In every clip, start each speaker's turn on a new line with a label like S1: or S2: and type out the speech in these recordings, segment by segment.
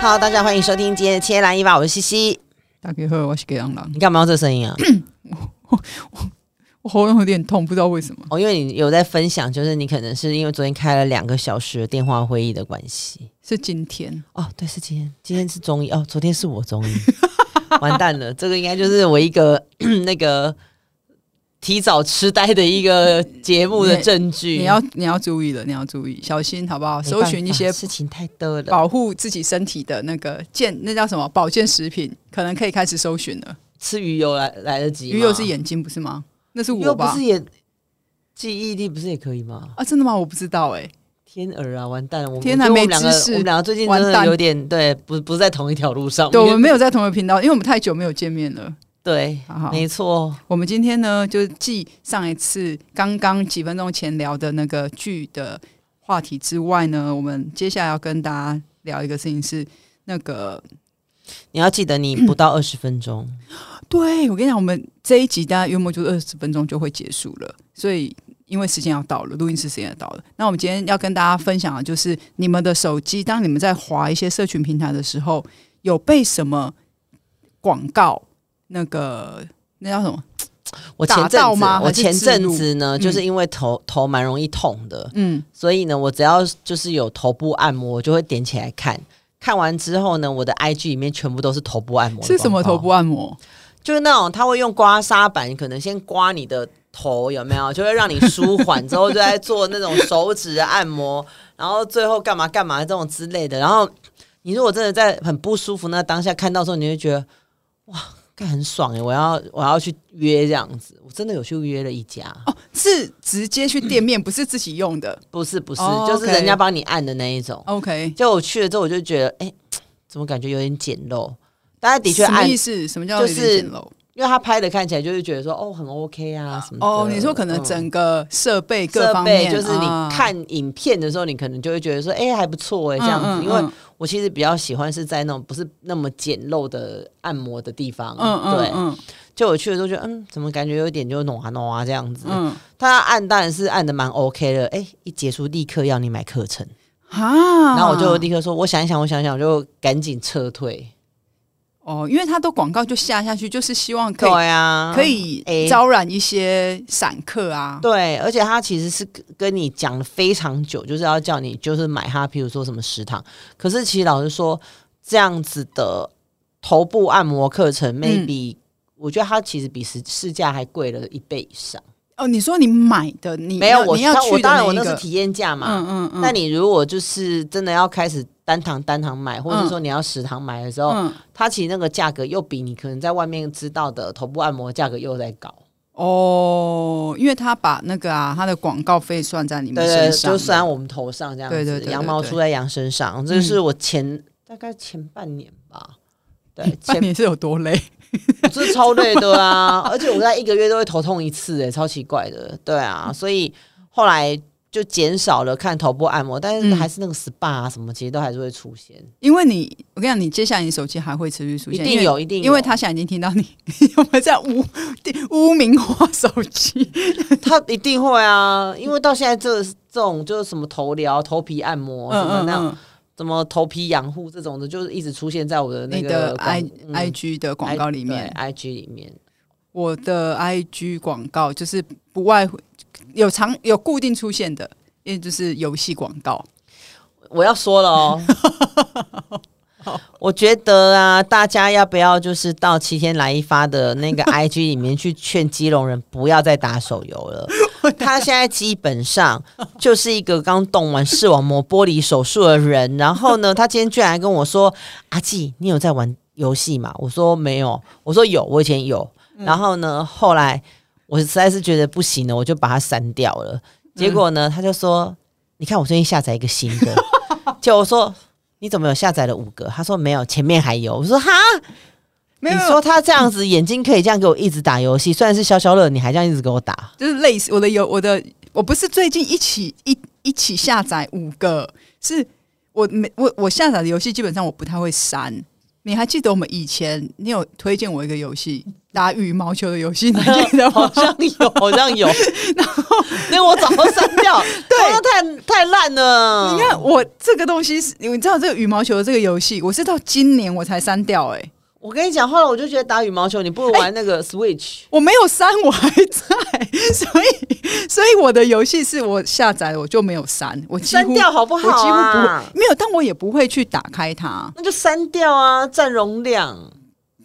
S1: Hello，大家欢迎收听今天的切兰一吧，我是西西。
S2: 大家好，我是给杨狼
S1: 你。干嘛要这声音啊？
S2: 我喉咙有点痛，不知道为什么。
S1: 哦，因为你有在分享，就是你可能是因为昨天开了两个小时的电话会议的关系。
S2: 是今天
S1: 哦，对，是今天，今天是中医哦，昨天是我 中医，完蛋了，这个应该就是我一个 那个提早痴呆的一个节目的证据。
S2: 你要你要注意了，你要注意，小心好不好？
S1: 嗯没
S2: 搜
S1: 办
S2: 寻一
S1: 法
S2: 些哦
S1: 事情太多了，
S2: 保护自己身体的那个健，那叫什么保健食品，可能可以开始搜寻了。
S1: 吃鱼油来来得及吗？
S2: 鱼油是眼睛不是吗？那是
S1: 鱼
S2: 我
S1: 油不
S2: 吧
S1: 是？也记忆力不是也可以吗？
S2: 啊，真的吗？我不知道哎、
S1: 天鹅啊，完蛋了！我
S2: 天
S1: 哪，
S2: 哪
S1: 我觉
S2: 没
S1: 得我们两
S2: 知
S1: 个，
S2: 识
S1: 我们两个最近
S2: 完
S1: 真的
S2: 蛋
S1: 有点对，不不是在同一条路上。
S2: 对，
S1: 哦
S2: 我
S1: 因
S2: 们
S1: 为
S2: 没有在同一个频道，因为我们太久没有见面了。
S1: 对，
S2: 好好，
S1: 没错，
S2: 我们今天呢，就继上一次刚刚几分钟前聊的那个剧的话题之外呢，我们接下来要跟大家聊一个事情是那个，
S1: 你要记得你不到二十分 钟，
S2: 对我跟你讲，我们这一集大概约莫就二十分钟就会结束了，所以因为时间要到了，录音室时间也到了。那我们今天要跟大家分享的就是，你们的手机当你们在划一些社群平台的时候，有被什么广告那个那叫什么？
S1: 我前阵
S2: 打到
S1: 子
S2: 吗
S1: 我
S2: 还是
S1: 前阵
S2: 植
S1: 子呢，
S2: 嗯
S1: 就是因为头头蛮容易痛的，
S2: 嗯，
S1: 所以呢，我只要就是有头部按摩，我就会点起来看。看完之后呢，我的 IG 里面全部都是头部按摩。
S2: 是什么头部？按摩？
S1: 就是那种他会用刮痧板，可能先刮你的头，有没有？就会让你舒缓，之后就在做那种手指的按摩，然后最后干嘛干嘛这种之类的。然后你如果真的在很不舒服那当下看到的时候，你会觉得哇，干很爽哎、我要我要去约这样子。我真的有去约了一家，
S2: 哦，是直接去店面，不是自己用的。
S1: 不是不是，
S2: 哦
S1: 就是
S2: OK
S1: 人家帮你按的那一种。
S2: OK，
S1: 就我去了之后，我就觉得哎、怎么感觉有点简陋？大 家的确
S2: 什么
S1: 按
S2: 意思？什么叫
S1: 就是嗯
S2: 有点简陋？
S1: 因为他拍的看起来就是觉得说哦很 OK 啊什么的
S2: 哦，你说可能
S1: 嗯
S2: 整个设备各
S1: 设
S2: 方
S1: 备
S2: 面，
S1: 就是你
S2: 啊
S1: 看影片的时候，你可能就会觉得说哎、还不错哎、这样子，
S2: 嗯嗯
S1: 因为
S2: 嗯
S1: 我其实比较喜欢是在那种不是那么简陋的按摩的地方，
S2: 嗯
S1: 对，
S2: 嗯
S1: 就我去的时候觉得嗯怎么感觉有点就挪啊挪啊这样子，
S2: 嗯
S1: 他按当然是按的蛮 OK 的，哎、一结束立刻要你买课程，
S2: 嗯啊，
S1: 然后我就立刻说我想一想我想一想，我就赶紧撤退，
S2: 哦，因为它都广告就下下去，就是希望可
S1: 对
S2: 以
S1: 啊，
S2: 可以
S1: 哎
S2: 招揽一些散客啊。
S1: 对，而且他其实是跟跟你讲了非常久，就是要叫你就是买他，譬如说什么食堂。可是其实老实说，这样子的头部按摩课程，maybe、我觉得它其实比市市价还贵了一倍以上。
S2: 哦，你说你买的，你
S1: 没有
S2: 要
S1: 我
S2: 你要
S1: 当
S2: 去
S1: 我
S2: 的
S1: 当然我
S2: 一
S1: 那是
S2: 个
S1: 体验价嘛。
S2: 嗯嗯嗯，
S1: 那你如果就是真的要开始单堂单堂买，或者是
S2: 嗯
S1: 说你要食堂买的时候，
S2: 嗯
S1: 它其实那个价格又比你可能在外面知道的头部按摩价格又在高。
S2: 哦，因为他把那个啊，他的广告费算在你们
S1: 对
S2: 身
S1: 对，
S2: 上
S1: 就
S2: 了，
S1: 算我们头上这样子，
S2: 对对对对嗯
S1: 羊毛出在羊身上，这是我前、大概前半年吧。对，
S2: 半
S1: 前
S2: 年是有多累？
S1: 这是超累的啊，而且我在一个月都会头痛一次、哎，超奇怪的。对
S2: 嗯
S1: 啊，所以后来就减少了看头部按摩，但是
S2: 嗯
S1: 还是那个 SPA 啊什么，其实都还是会出现，
S2: 因为你，我跟你讲，你接下来你手机还会持续出
S1: 一
S2: 现，
S1: 定有，一定
S2: 因
S1: 有
S2: 为，因为他现在已经听到你 有没有在污污名化手机，
S1: 他一定会 啊，因为到现在这这种就是什么头疗、头皮按摩什
S2: 嗯
S1: 么那样，什么头皮养护这种的，就是一直出现在我的那
S2: 你
S1: 个
S2: 的
S1: 广
S2: i
S1: 嗯
S2: i g 的广告里面，
S1: 对，IG 里面，
S2: 我的 i g 广告就是不外乎有常有固定出现的，也就是游戏广告。
S1: 我要说了哦。我觉得啊，大家要不要就是到七天来一发的那个 IG 里面去劝基隆人不要再打手游了？他现在基本上就是一个刚动完视网膜剥离手术的人，然后呢，他今天居然还跟我说：“阿纪，你有在玩游戏吗？”我说：“没有。”我说：“有，我以前有。”然后呢，后来我实在是觉得不行了，我就把它删掉了。结果呢，他就说：“你看我最近下载一个新的。”就我说：“你怎么有下载了五个？”他说：“没有，前面还有。”我说：“哈，
S2: 没
S1: 你
S2: 有，没有
S1: 说他这样子眼睛可以这样给我一直打游戏，虽然是消消乐，你还这样一直给我打。”
S2: 就是类似我的有我的，我不是最近一起一一起下载五个，是我没我我下载的游戏基本上我不太会删。你还记得我们以前你有推荐我一个游戏《打羽毛球的游戏，你还记得
S1: 好
S2: 吗？
S1: 像有，好像 有。那我早就删掉，对，太太烂了。
S2: 你，看我这个东西是，你知道这个羽毛球的这个游戏，我是到今年我才删掉、欸，哎，
S1: 我跟你讲，后来我就觉得打羽毛球，你不如玩那 个 Switch。
S2: 我没有删，我还在，所以所以我的游戏是我下载了我就没有删，我几乎
S1: 删掉好不好啊
S2: 我几乎不没有，但我也不会去打开它，
S1: 那就删掉啊，占容量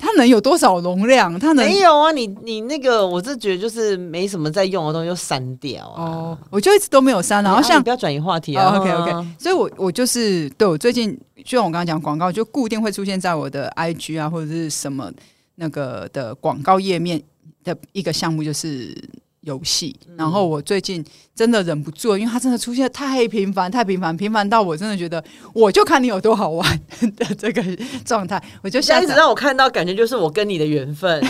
S2: 它能有多少容量？它能
S1: 没有啊？你你那个，我是觉得就是没什么在用的东西就删掉啊。
S2: 哦，我就一直都没有删，然
S1: 啊
S2: 后
S1: 你
S2: 像哦
S1: 不要转移话题啊。
S2: OK OK，所以我我就是对我最近，就像我刚刚讲广告，就固定会出现在我的 IG 啊或者是什么那个的广告页面的一个项目就是游戏。然后我最近真的忍不住了，因为它真的出现得太频繁，太频繁，频繁到我真的觉得我就看你有多好玩的这个状态，我就
S1: 下
S2: 下
S1: 一次
S2: 载，
S1: 让我看到，感觉就是我跟你的缘分。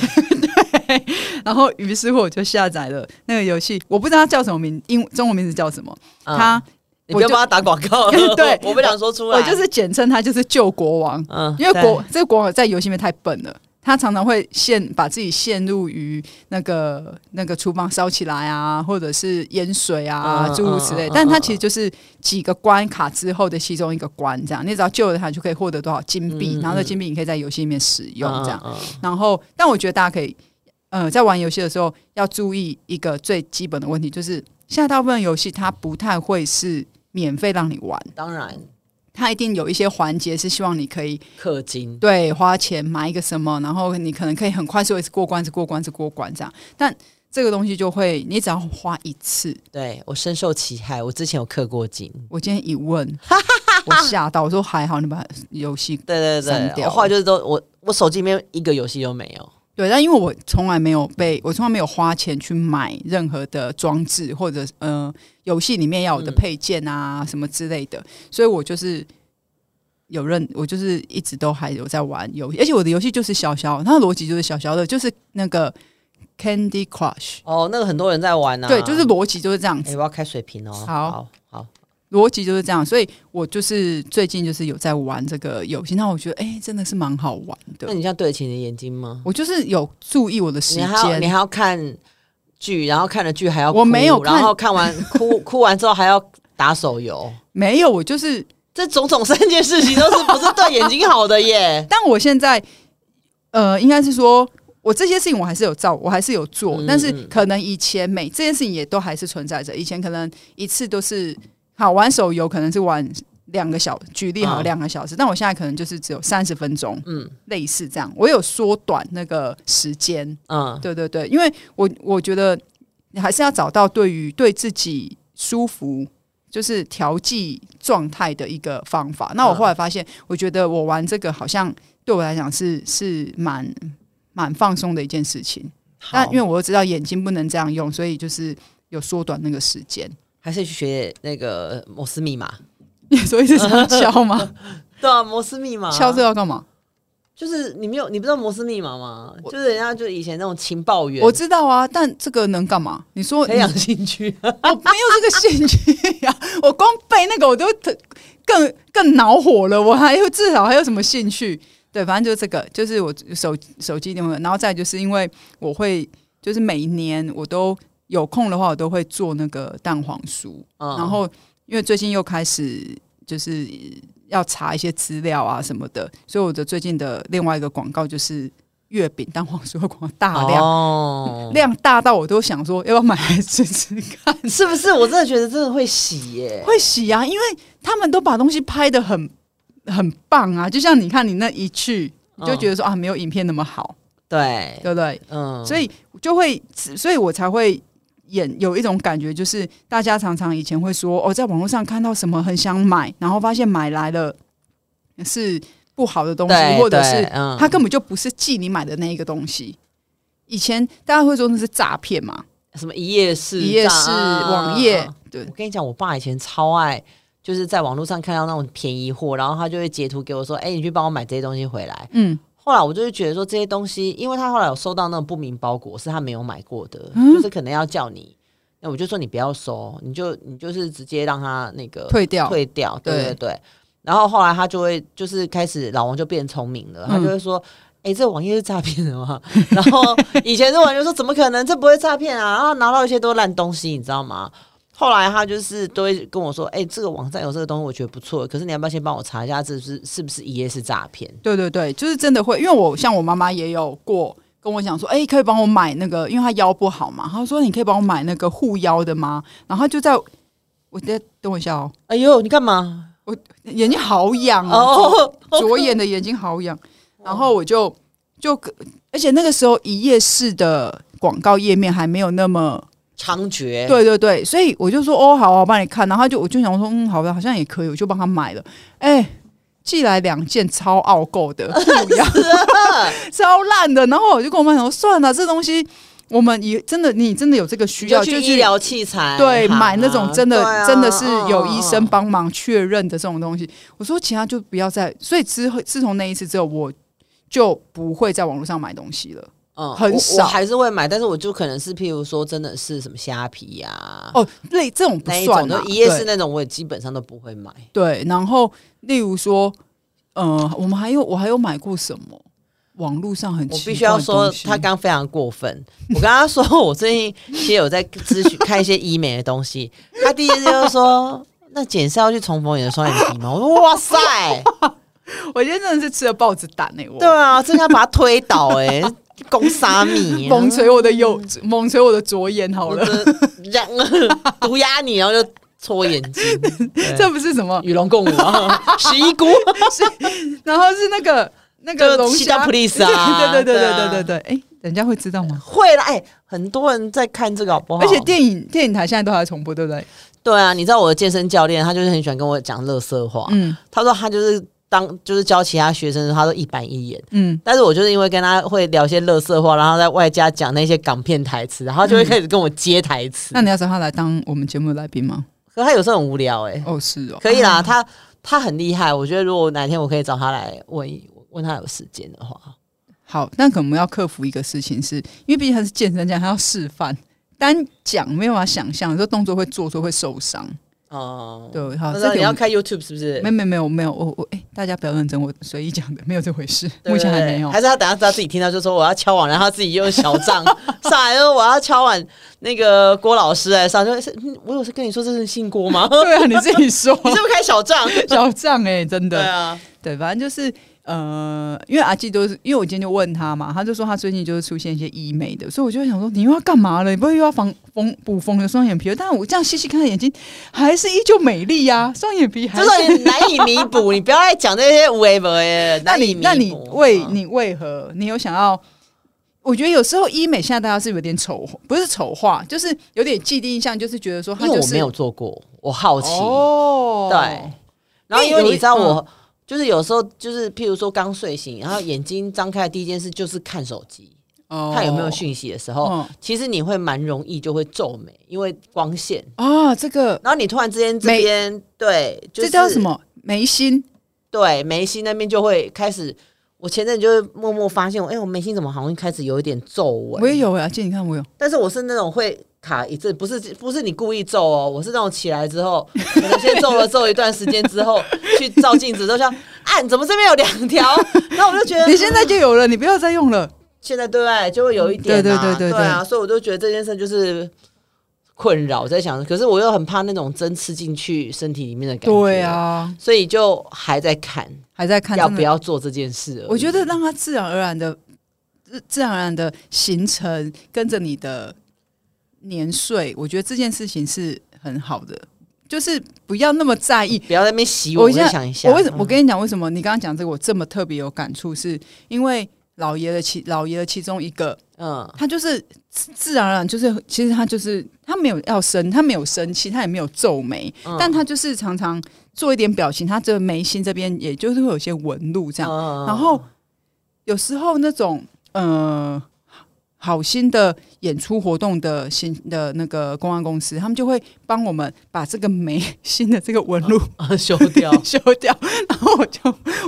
S2: 然后于是乎我就下载了那个游戏，我不知道它叫什么名，英中文名字叫什么，
S1: 嗯
S2: 它。
S1: 你不要
S2: 我就
S1: 帮他打广告了，
S2: 对
S1: 我不想说出来。
S2: 我就是简称它就是救国王，
S1: 嗯
S2: 因为国这个国王在游戏里面太笨了。他常常会陷把自己陷入于那个那个厨房烧起来啊，或者是淹水啊，
S1: 嗯
S2: 诸如此
S1: 嗯
S2: 类
S1: 嗯。
S2: 但他
S1: 嗯
S2: 其实就是几个关卡之后的其中一个关，这样你只要救了他，就可以获得多少金币，
S1: 嗯嗯
S2: 然后这金币你可以在游戏里面使用，这样。
S1: 嗯嗯
S2: 然后，但我觉得大家可以，呃，在玩游戏的时候要注意一个最基本的问题，就是现在大部分游戏它不太会是免费让你玩。
S1: 当然
S2: 它一定有一些环节是希望你可以
S1: 氪金。
S2: 对花钱买一个什么，然后你可能可以很快速一次过关，一次过关，一次过关这样。但这个东西就会，你只要花一次，
S1: 对我深受其害，我之前有氪过金。
S2: 我今天一问，我吓到，我说还好你把游戏
S1: 对对
S2: 删
S1: 对，
S2: 掉
S1: 我后来就是都我我手机里面一个游戏都没有。
S2: 对，但因为我从来没有被，我从来没有花钱去买任何的装置或者呃游戏里面要有的配件啊、什么之类的，所以我就是有认，我就是一直都还有在玩游戏，而且我的游戏就是小小，它的逻辑就是小小的，就是那个 Candy Crush，、
S1: 哦，那个很多人在玩啊。
S2: 对，就是逻辑就是这样
S1: 哎、
S2: 子，
S1: 我要开水瓶哦。
S2: 好
S1: 好好
S2: 逻辑就是这样，所以我就是最近就是有在玩这个游戏，那我觉得哎、真的是蛮好玩
S1: 那
S2: 的，
S1: 你这样对得起你的眼睛吗？
S2: 我就是有注意我的时
S1: 嗯你还要你
S2: 间。
S1: 还要看剧，然后看了剧还要哭
S2: 我没有看
S1: 然后看完 哭哭完之后还要打手游，
S2: 没有，我就是？
S1: 这种种三件事情都是不是对眼睛好的耶
S2: 但我现在，呃，应该是说我这些事情我还是有照，我还是有做，
S1: 嗯
S2: 但是
S1: 嗯
S2: 可能以前每这件事情也都还是存在着。以前可能一次都是好玩手游，可能是玩两个小，举例好
S1: 嗯
S2: 两个小时，但我现在可能就是只有三十分钟，
S1: 嗯
S2: 类似这样。我有缩短那个时间，
S1: 嗯，
S2: 对对对，因为我我觉得你还是要找到对于对自己舒服，就是调剂状态的一个方法。那我后来发现，我觉得我玩这个好像对我来讲是是蛮蛮放松的一件事情。但
S1: 好
S2: 因为我又知道眼睛不能这样用，所以就是有缩短那个时间。
S1: 还是去学那个摩斯密码。
S2: 所以是这样敲吗？
S1: 对啊，摩斯密码
S2: 敲这个要干嘛？
S1: 就是你没有，你不知道摩斯密码吗？
S2: 我
S1: 就是人家就以前那种情报员，
S2: 我知道啊，但这个能干嘛？你说
S1: 培养兴 趣。
S2: 我没有这个兴趣呀、 我光背那个我都特更更恼火了，我还有至少还有什么兴趣？对，反正就是这个，就是我手手机一定会有，然后再就是因为我会，就是每一年我都有空的话，我都会做那个蛋黄酥，
S1: 嗯
S2: 然后因为最近又开始就是要查一些资料啊什么的，所以我的最近的另外一个广告就是月饼蛋黄酥的广告大量、
S1: 哦，
S2: 量大到我都想说要不要买来吃吃看。
S1: 是不是？我真的觉得真的会洗耶、
S2: 会洗啊，因为他们都把东西拍的很很棒啊，就像你看你那一去，你就觉得说、啊，没有影片那么
S1: 嗯
S2: 好，
S1: 对，
S2: 对不对？
S1: 嗯，
S2: 所以就会，所以我才会演有一种感觉，就是大家常常以前会说，哦，在网络上看到什么很想买，然后发现买来了是不好的东西，
S1: 对
S2: 或者
S1: 对
S2: 是
S1: 嗯
S2: 它根本就不是寄你买的那一个东西。以前大家会说那是诈骗嘛，
S1: 什么一页式、
S2: 一页式
S1: 这样啊
S2: 网页，对
S1: 我，跟你讲，我爸以前超爱，就是在网络上看到那种便宜货，然后他就会截图给我说：“哎、你去帮我买这些东西回来。
S2: 嗯，”
S1: 后来我就会觉得说这些东西，因为他后来有收到那种不明包裹，是他没有买过的，就是可能要叫你，那我就说你不要收，你就你就是直接让他那个
S2: 退掉，
S1: 退掉，对
S2: 对嗯
S1: 对对。然后后来他就会就是开始老王就变聪明了，他就会说：“哎、这网页是诈骗的吗？ 然后以前是完全说怎么可能，这不会诈骗啊，然后拿到一些都烂东西，你知道吗？后来他就是都会跟我说，哎、这个网站有这个东西，我觉得不错，可是你要不要先帮我查一下，这是是不是一页是诈骗？
S2: 对对对，就是真的会，因为我像我妈妈也有过跟我讲说，哎、可以帮我买那个，因为她腰不好嘛，她说你可以帮我买那个护腰的吗？然后她就在我在等我一下哦，
S1: 哎呦，你干嘛？
S2: 眼睛好痒哦，
S1: 哦，
S2: 左眼的眼睛好痒，然后我就就，而且那个时候一页式的广告页面还没有那么
S1: 猖獗，
S2: 对对对，所以我就说哦，好啊，我帮你看。然后他就我就想说，嗯，好的，好像也可以，我就帮他买了。哎，寄来两件超傲购的不一 样，
S1: 啊
S2: 超烂的。然后我就跟我妈讲说，算了，这东西我们也真的，你真的有这个需
S1: 你
S2: 要，
S1: 就
S2: 就
S1: 去
S2: 去
S1: 医疗器材，
S2: 对
S1: 好吗
S2: 买那种真的、
S1: 对啊
S2: 真的是有医生
S1: 嗯嗯
S2: 帮忙确认的这种东西。我说其他就不要再，所以之后自从那一次之后，我就不会在网络上买东西了。
S1: 嗯
S2: 很
S1: 我
S2: 少
S1: 我还是会买，但是我就可能是譬如说真的是什么虾皮呀、
S2: 哦，类这种不
S1: 那一
S2: 算
S1: 种，E
S2: 啊
S1: 的，一夜
S2: 对
S1: 式那种，我也基本上都不会买。
S2: 对，然后例如说，呃，我们还有我还有买过什么？网络上很
S1: 我
S2: 奇
S1: 必须
S2: 怪
S1: 要
S2: 的
S1: 说
S2: 东，西
S1: 他刚非常过分。我跟他说，我最近其实有在咨询看一些医美的东西，他第一件事就是说。那姐是要去重逢你的双眼皮吗？我说哇 塞，
S2: 我今天真的是吃了豹子胆哎、
S1: 对
S2: 我
S1: 啊，真的要把他推倒哎、欸，攻杀 你、啊，
S2: 猛捶我的右，猛捶我的左眼好
S1: 嗯我
S2: 了，
S1: 真这样 毒压你，然后就戳眼 睛，对
S2: 这不是什么，
S1: 与龙共舞啊， 十一姑
S2: 然后是那 个那个
S1: 就
S2: 龙
S1: 七大
S2: 虾，
S1: police 啊，
S2: 对对对
S1: 啊
S2: 对对对对，哎、人家会知道吗？
S1: 会啦，哎、很多人在看这个好不好？
S2: 而且电影电影台现在都还在重播，对不对？
S1: 对啊，你知道我的健身教练，他就是很喜欢跟我讲乐色话。
S2: 嗯
S1: 他说他就是当就是教其他学生的时候，他都一板一眼。
S2: 嗯，
S1: 但是我就是因为跟他会聊一些乐色话，然后在外加讲那些港片台词，然后他就会开始跟我接台词。
S2: 那你要找他来当我们节目的来宾吗？
S1: 可他有时候很无聊哎、
S2: 哦，是哦，
S1: 可以啦，他他很厉害。我觉得如果哪天我可以找他来问一问他有时间的话，
S2: 好，但可能我们要克服一个事情是，因为毕竟他是健身教练，他要示范，单讲没有办法想象，这动作会做错会受伤。
S1: 哦、
S2: 对，好，这
S1: 那你
S2: 点
S1: 要
S2: 我
S1: 开 YouTube 是不是？
S2: 没没没有没有，我我哎、大家不要认真，我随意讲的，没有这回事，
S1: 对
S2: 目前还
S1: 对
S2: 没有
S1: 还。是他等下他自己听到就说我要敲碗，然后他自己用小 账上来说我要敲碗那个郭老师来上，就是嗯我有是跟你说这是姓郭 吗？
S2: 对啊，你自 己说，
S1: 你是不是开小账？
S2: 小账哎、真
S1: 对
S2: 的，
S1: 啊，
S2: 对，反正就是呃，因为阿基都是，因为我今天就问他嘛，他就说他最近就是出现一些医美的，所以我就想说，你又要干嘛了？你不会又要防缝补缝的双眼皮了？但我这样细细看眼睛，还是依旧美丽呀、双眼皮还。
S1: 就是是难以弥补，你不要再讲这些无为不耶，
S2: 那
S1: 难以
S2: 你
S1: 弥补。
S2: 那你为
S1: 嗯
S2: 你为何你有想要？我觉得有时候医美现在大家是有点丑，不是丑化，就是有点既定印象，就是觉得说他
S1: 因
S2: 就
S1: 为
S2: 是
S1: 我没有做过，我好奇。
S2: 哦，
S1: 对，然后因为
S2: 因为有
S1: 你知道
S2: 一嗯
S1: 我。就是有时候，就是譬如说刚睡醒，然后眼睛张开的第一件事就是看手机，
S2: 哦
S1: 看有没有讯息的时候，
S2: 嗯
S1: 其实你会蛮容易就会皱眉，因为光线。
S2: 啊？这个
S1: 然后你突然之间这边对，就是、
S2: 这叫什？么眉心？
S1: 对，眉心那边就会开始。我前阵子就会默默发现，我哎、我眉心怎么好像开始有一点皱纹？
S2: 我也，有啊，姐，你看我有，
S1: 但是我是那种会卡一阵，不是不是你故意皱哦，我是那种起来之后， 可能先皱了皱一段时间之后，去照镜子都像，啊，你怎么这边有两条？然后我就觉得
S2: 你现在就有了，你不要再用了。
S1: 现在对不对？就会有一点、啊，
S2: 对对对对对
S1: 啊，所以我就觉得这件事就是困扰，在想，可是我又很怕那种针刺进去身体里面的感觉，
S2: 对，啊，
S1: 所以就还在看
S2: 还在看
S1: 要
S2: 啊真
S1: 不
S2: 的
S1: 要做这件事而已。
S2: 我觉得让它自然而然的、自自然而然的形成，跟着你的年岁，我觉得这件事情是很好的，就是不要那么在意。
S1: 不要在那边洗我，我
S2: 现在
S1: 就想一下，嗯
S2: 我为什我
S1: 你
S2: 跟你讲为什么你刚刚讲这个我这么特别有感触，是因为老爷的其老爷的其中一个，
S1: 嗯
S2: 他就是自自然而然就是，其实他就是他没有要生，他没有生气，他也没有皱眉，
S1: 嗯
S2: 但他就是常常做一点表情，他这眉心这边也就是会有一些纹路这样。
S1: 嗯
S2: 然后有时候那种呃好心的演出活动的新的那个公安公司，他们就会帮我们把这个眉心的这个纹路
S1: 嗯 修掉，
S2: 修掉，然后我就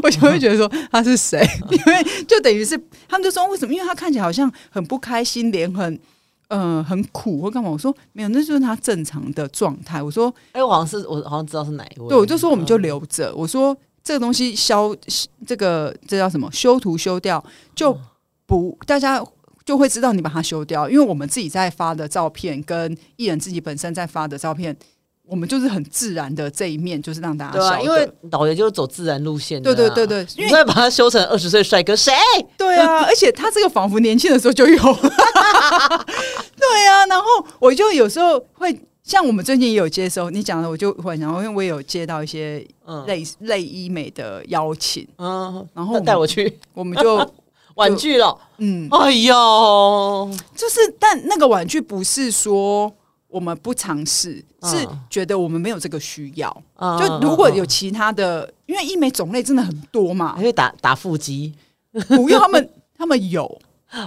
S2: 我就会觉得说他是谁，因为就等于是他们就说为什么？因为他看起来好像很不开心，脸很。呃，很苦或干嘛？我说没有，那就是他正常的状态。我说
S1: 哎，我好像是我好像知道是哪一位，
S2: 对，我就说我们就留着。我说这个东西消这个这叫什么修图修掉就
S1: 嗯
S2: 不大家。就会知道你把它修掉，因为我们自己在发的照片跟艺人自己本身在发的照片，我们就是很自然的这一面，就是让大家
S1: 对
S2: 晓
S1: 啊，
S2: 得
S1: 因为导游就是走自然路线的、啊，
S2: 对对对对因为
S1: 你再把他修成二十岁帅哥，谁？
S2: 对啊，而且他这个仿佛年轻的时候就有， 对啊。然后我就有时候会像我们最近也有接收你讲的，我就会然后因为我也有接到一些
S1: 嗯
S2: 类类医美的邀请，
S1: 嗯，
S2: 然后
S1: 那
S2: 我
S1: 带
S2: 们
S1: 我去
S2: 我们 就
S1: 婉拒了。
S2: 嗯，
S1: 哎呦，
S2: 就是但那个玩具不是说我们不尝试，
S1: 嗯
S2: 是觉得我们没有这个需要。
S1: 嗯
S2: 就如果有其他的，因为医美种类真的很多嘛
S1: 还，会打打腹肌
S2: 不用他们。他们有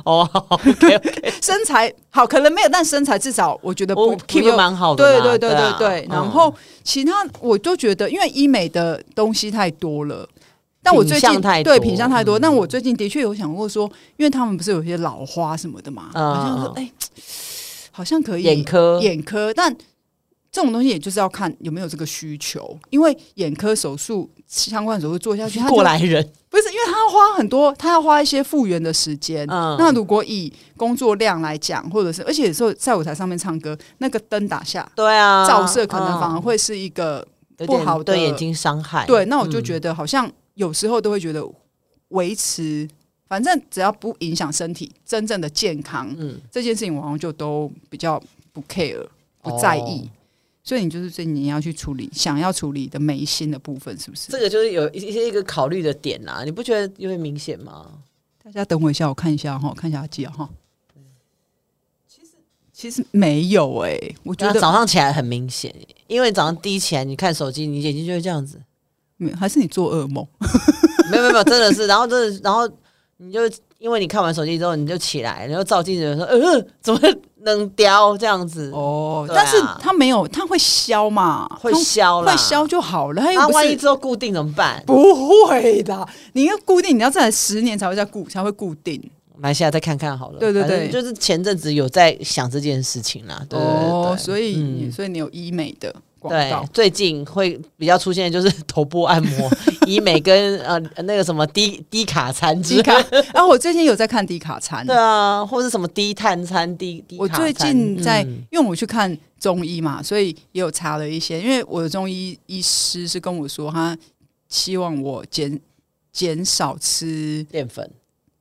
S1: 哦，OK，, o k
S2: 身材好，可能没有，但身材至少我觉得不
S1: 我 keep
S2: 不
S1: 得
S2: 用
S1: 蛮好的
S2: 对
S1: 啦，
S2: 对对
S1: 啊
S2: 对对，
S1: 嗯
S2: 然后其他我都觉得，因为医美的东西太多了。但我
S1: 品
S2: 最近
S1: 相太
S2: 对
S1: 多嗯
S2: 品相太多，但我最近的确有想过说，因为他们不是有些老花什么的嘛，
S1: 嗯
S2: 好像说
S1: 嗯
S2: 哎、好像可以
S1: 眼科
S2: 眼科，但这种东西也就是要看有没有这个需求，因为眼科手术相关的手术做下去，它就
S1: 过来人，
S2: 不是因为他要花很多，他要花一些复原的时间。
S1: 嗯
S2: 那如果以工作量来讲，或者是而且有时候在舞台上面唱歌，那个灯打下，
S1: 对啊，
S2: 照射可能反而
S1: 嗯
S2: 会是一个、
S1: 有
S2: 不
S1: 点
S2: 好的
S1: 对眼睛伤害。
S2: 对。那我就
S1: 嗯
S2: 觉得好像有时候都会觉得维持，反正只要不影响身体真正的健康，
S1: 嗯
S2: 这件事情我好像就都比较不 care，不在意。
S1: 哦
S2: 所以你就是最近你要去处理想要处理的眉心的部分，是不是？
S1: 这个就是有一一些一个考虑的点啦、你不觉得有点明显吗？
S2: 大家等我一下，我看一下哈，看一下记哈。
S1: 嗯
S2: 其实其实没有哎、我觉
S1: 那
S2: 得
S1: 早上起来很明显，因为早上第一起来你看手机，你眼睛就会这样 子，
S2: 没有还是你做噩梦，
S1: 嗯没有没有没有，真的是，然后真的是，然后你就因为你看完手机之后你就起来，然后照镜子说，呃，怎么能雕这样子？
S2: 哦
S1: 对啊
S2: 但是它没有，它会消嘛，
S1: 会
S2: 它
S1: 消啦，
S2: 会消。就好了，它
S1: 那
S2: 又不
S1: 万一
S2: 是
S1: 之后固定怎么办？
S2: 不会的，你要固定，你要再十年才会再固才会固定。
S1: 马来西亚再看看好了。
S2: 对对
S1: 反正
S2: 对
S1: 就是前阵子有在想这件事情啦。对对对
S2: 哦，
S1: 对
S2: 所以、
S1: 嗯
S2: 所以你有医美的广告
S1: 对，，最近会比较出现的就是 头部按 摩、医美跟呃那个什么低低卡餐之
S2: 迪
S1: 类
S2: 卡。然后、我最近有在看迪卡餐，
S1: 对啊，或是什么低碳餐、低低
S2: 我
S1: 卡餐
S2: 最近在，
S1: 嗯
S2: 因为我去看中医嘛，所以也有查了一些。因为我的中医医师是跟我说，他希望我减减少吃，
S1: 淀粉、嗯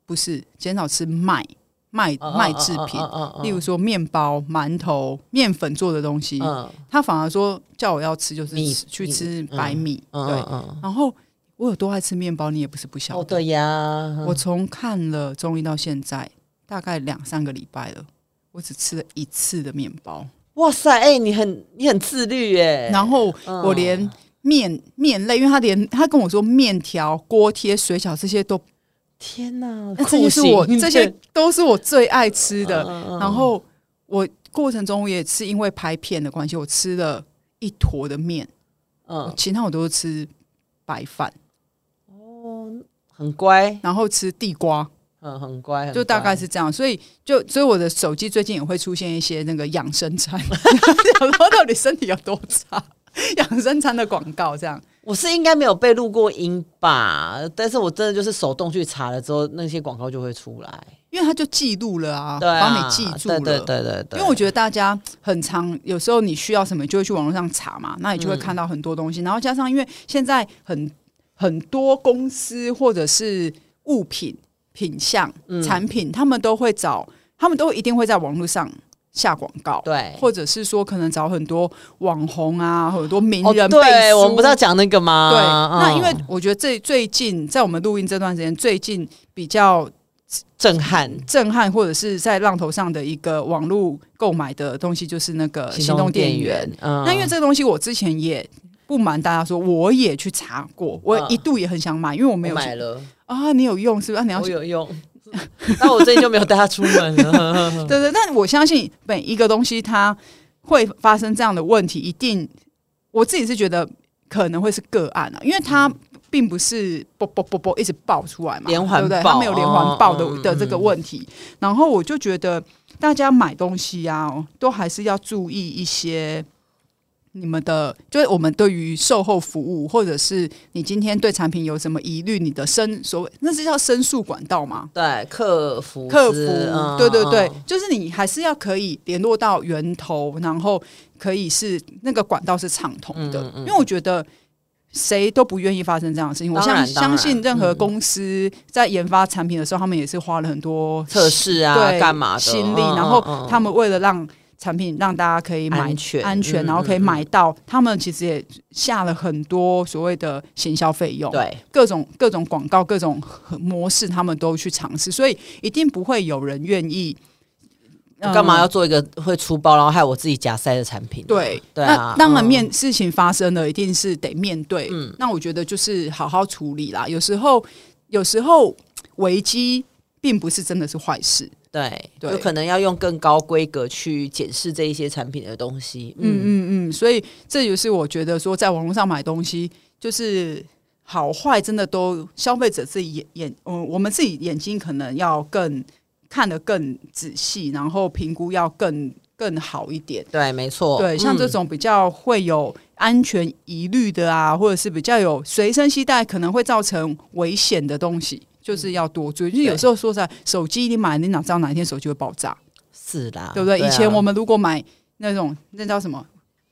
S2: 不是减少吃麦麦
S1: 啊
S2: 麦制品，例如说面包、馒头、面粉做的东西。
S1: 嗯
S2: 他反而说叫我要吃，就是
S1: 米
S2: 吃去
S1: 米
S2: 吃
S1: 嗯
S2: 白米。
S1: 嗯
S2: 对，
S1: 嗯，
S2: 然后我有多爱吃面包，你也不是不晓
S1: 哦
S2: 得。
S1: 对呀，
S2: 我从看了中医到现在，大概两三个礼拜了，我只吃了一次的面包。
S1: 哇塞，哎，你很你很自律耶，
S2: 然后
S1: 嗯
S2: 我连面面类，因为他连他跟我说面条、锅贴、水饺这些都，
S1: 天哪，
S2: 那这些是
S1: 酷刑
S2: 我这些都是我最爱吃的。
S1: 嗯嗯
S2: 然后我过程中也是因为拍片的关系，我吃了一坨的面，
S1: 嗯
S2: 其他我都是吃白饭，
S1: 哦，很乖，
S2: 然后吃地瓜，
S1: 嗯很乖，很
S2: 就大概
S1: 乖
S2: 是这样。所以就所以我的手机最近也会出现一些那个养生餐， 想说到底身体有多差，养生餐的广告这样。
S1: 我是应该没有被录过音吧，但是我真的就是手动去查了之后，那些广告就会出来，
S2: 因为他就记录了啊，
S1: 对、啊，
S2: 帮你记住了。
S1: 对对对对对，
S2: 因为我觉得大家很常，有时候你需要什么，你就会去网络上查嘛，那你就会看到很多东西。然后加上，因为现在很很多公司或者是物品品相、
S1: 嗯
S2: 产品，他们都会找，他们都一定会在网络上下广告，
S1: 对。
S2: 或者是说可能找很多网红啊，很多名
S1: 哦，
S2: 人背书、
S1: 对，我们不是要讲那个吗？
S2: 对，
S1: 嗯
S2: 那因为我觉得最最近在我们录音这段时间，最近比较
S1: 震撼，
S2: 震撼或者是在浪头上的一个网络购买的东西，就是那个行动电源。，
S1: 嗯
S2: 那因为这个东西，我之前也不瞒大家说，我也去查过，我
S1: 嗯
S2: 一度也很想买，因为我没
S1: 我
S2: 有
S1: 买了，
S2: 啊，你有用是不是？啊、你要
S1: 我
S2: 去
S1: 有用， 但我最近就没有带它出门了。
S2: 对对，但我相信每一个东西它会发生这样的问题，一定我自己是觉得可能会是个案啊，因为它并不是啵啵啵啵一直爆出来嘛，
S1: 嗯连环
S2: 对不对？
S1: 爆
S2: 它没有连环爆的、
S1: 哦嗯
S2: 的这个问题。然后我就觉得大家买东西啊，都还是要注意一些你们的，就是我们对于售后服务，或者是你今天对产品有什么疑虑，你的申所谓那是叫申诉管道吗？
S1: 对，客服
S2: 客服
S1: 之，嗯
S2: 对对对
S1: 嗯，
S2: 就是你还是要可以联络到源头，然后可以是那个管道是畅通的，
S1: 嗯嗯嗯
S2: 因为我觉得。谁都不愿意发生这样的事情。我
S1: 当然
S2: 相
S1: 当然
S2: 相信任何
S1: 嗯
S2: 公司在研发产品的时候，他们也是花了很多
S1: 测试啊，
S2: 对
S1: 干嘛的？
S2: 心力，
S1: 嗯
S2: 然后
S1: 嗯嗯
S2: 他们为了让产品让大家可以买
S1: 安全
S2: 安全，
S1: 嗯
S2: 然后可以
S1: 嗯
S2: 买到，他们其实也下了很多所谓的行销费用，，
S1: 对
S2: 各种各种广告、各种模式，他们都去尝试，所以一定不会有人愿意。
S1: 我啊干嘛
S2: 呃
S1: 要做一个会出包，然后害我自己假塞的产品？
S2: 对，
S1: 对啊
S2: 那当然
S1: 嗯
S2: 面、事情发生了，一定是得面对。
S1: 嗯
S2: 那我觉得就是好好处理啦。有时候，有时候危机并不是真的是坏事。
S1: 对，
S2: 对
S1: 有可能要用更高规格去检视这一些产品的东西。嗯，
S2: 嗯嗯嗯，所以这就是我觉得说，在网络上买东西，就是好坏真的都消费者自己眼眼，嗯，我们自己眼睛可能要更看得更仔细，然后评估要更更好一点。
S1: 对，没错。
S2: 对，像这
S1: 嗯
S2: 种比较会有安全疑虑的啊，或者是比较有随身携带可能会造成危险的东西，
S1: 嗯
S2: 就是要多注意。就是有时候说实在，手机你买，你哪知道哪一天手机会爆炸，
S1: 是啦，
S2: 对不对？
S1: 啊
S2: 以前我们如果买那种那叫什么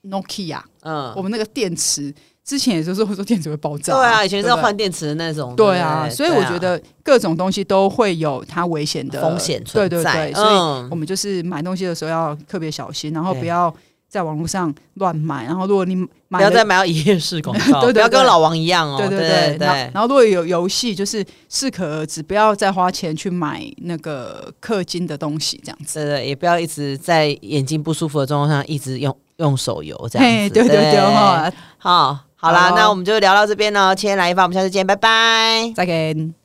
S2: Nokia，
S1: 嗯
S2: 我们那个电池之前也就是会说电池会爆炸、
S1: 对啊，以前是要
S2: 对不对
S1: 换电池的那种。
S2: 对
S1: 不
S2: 啊，所以我觉得各种东西都会有它危险的
S1: 风险存
S2: 对对
S1: 在
S2: 对，所以
S1: 嗯
S2: 我们就是买东西的时候要特别小心，然后
S1: 对
S2: 不要在网络上乱买。然后如果你买
S1: 不要
S2: 了
S1: 再买到一页式广告，
S2: 对对
S1: 不要
S2: 对
S1: 跟老王一样哦。
S2: 对
S1: 对
S2: 对，然后
S1: 对
S2: 然后如果有游戏，就是适可而止，不要再花钱去买那个氪金的东西，这样子。
S1: 对对，也不要一直在眼睛不舒服的状况下一直用用手游这样
S2: 嘿，
S1: 子。
S2: 对对哦对，哈，
S1: 好，好啦，
S2: 好
S1: 哦那我们就聊到这边喽，今天来一发，我们下次见，拜拜。
S2: 再见。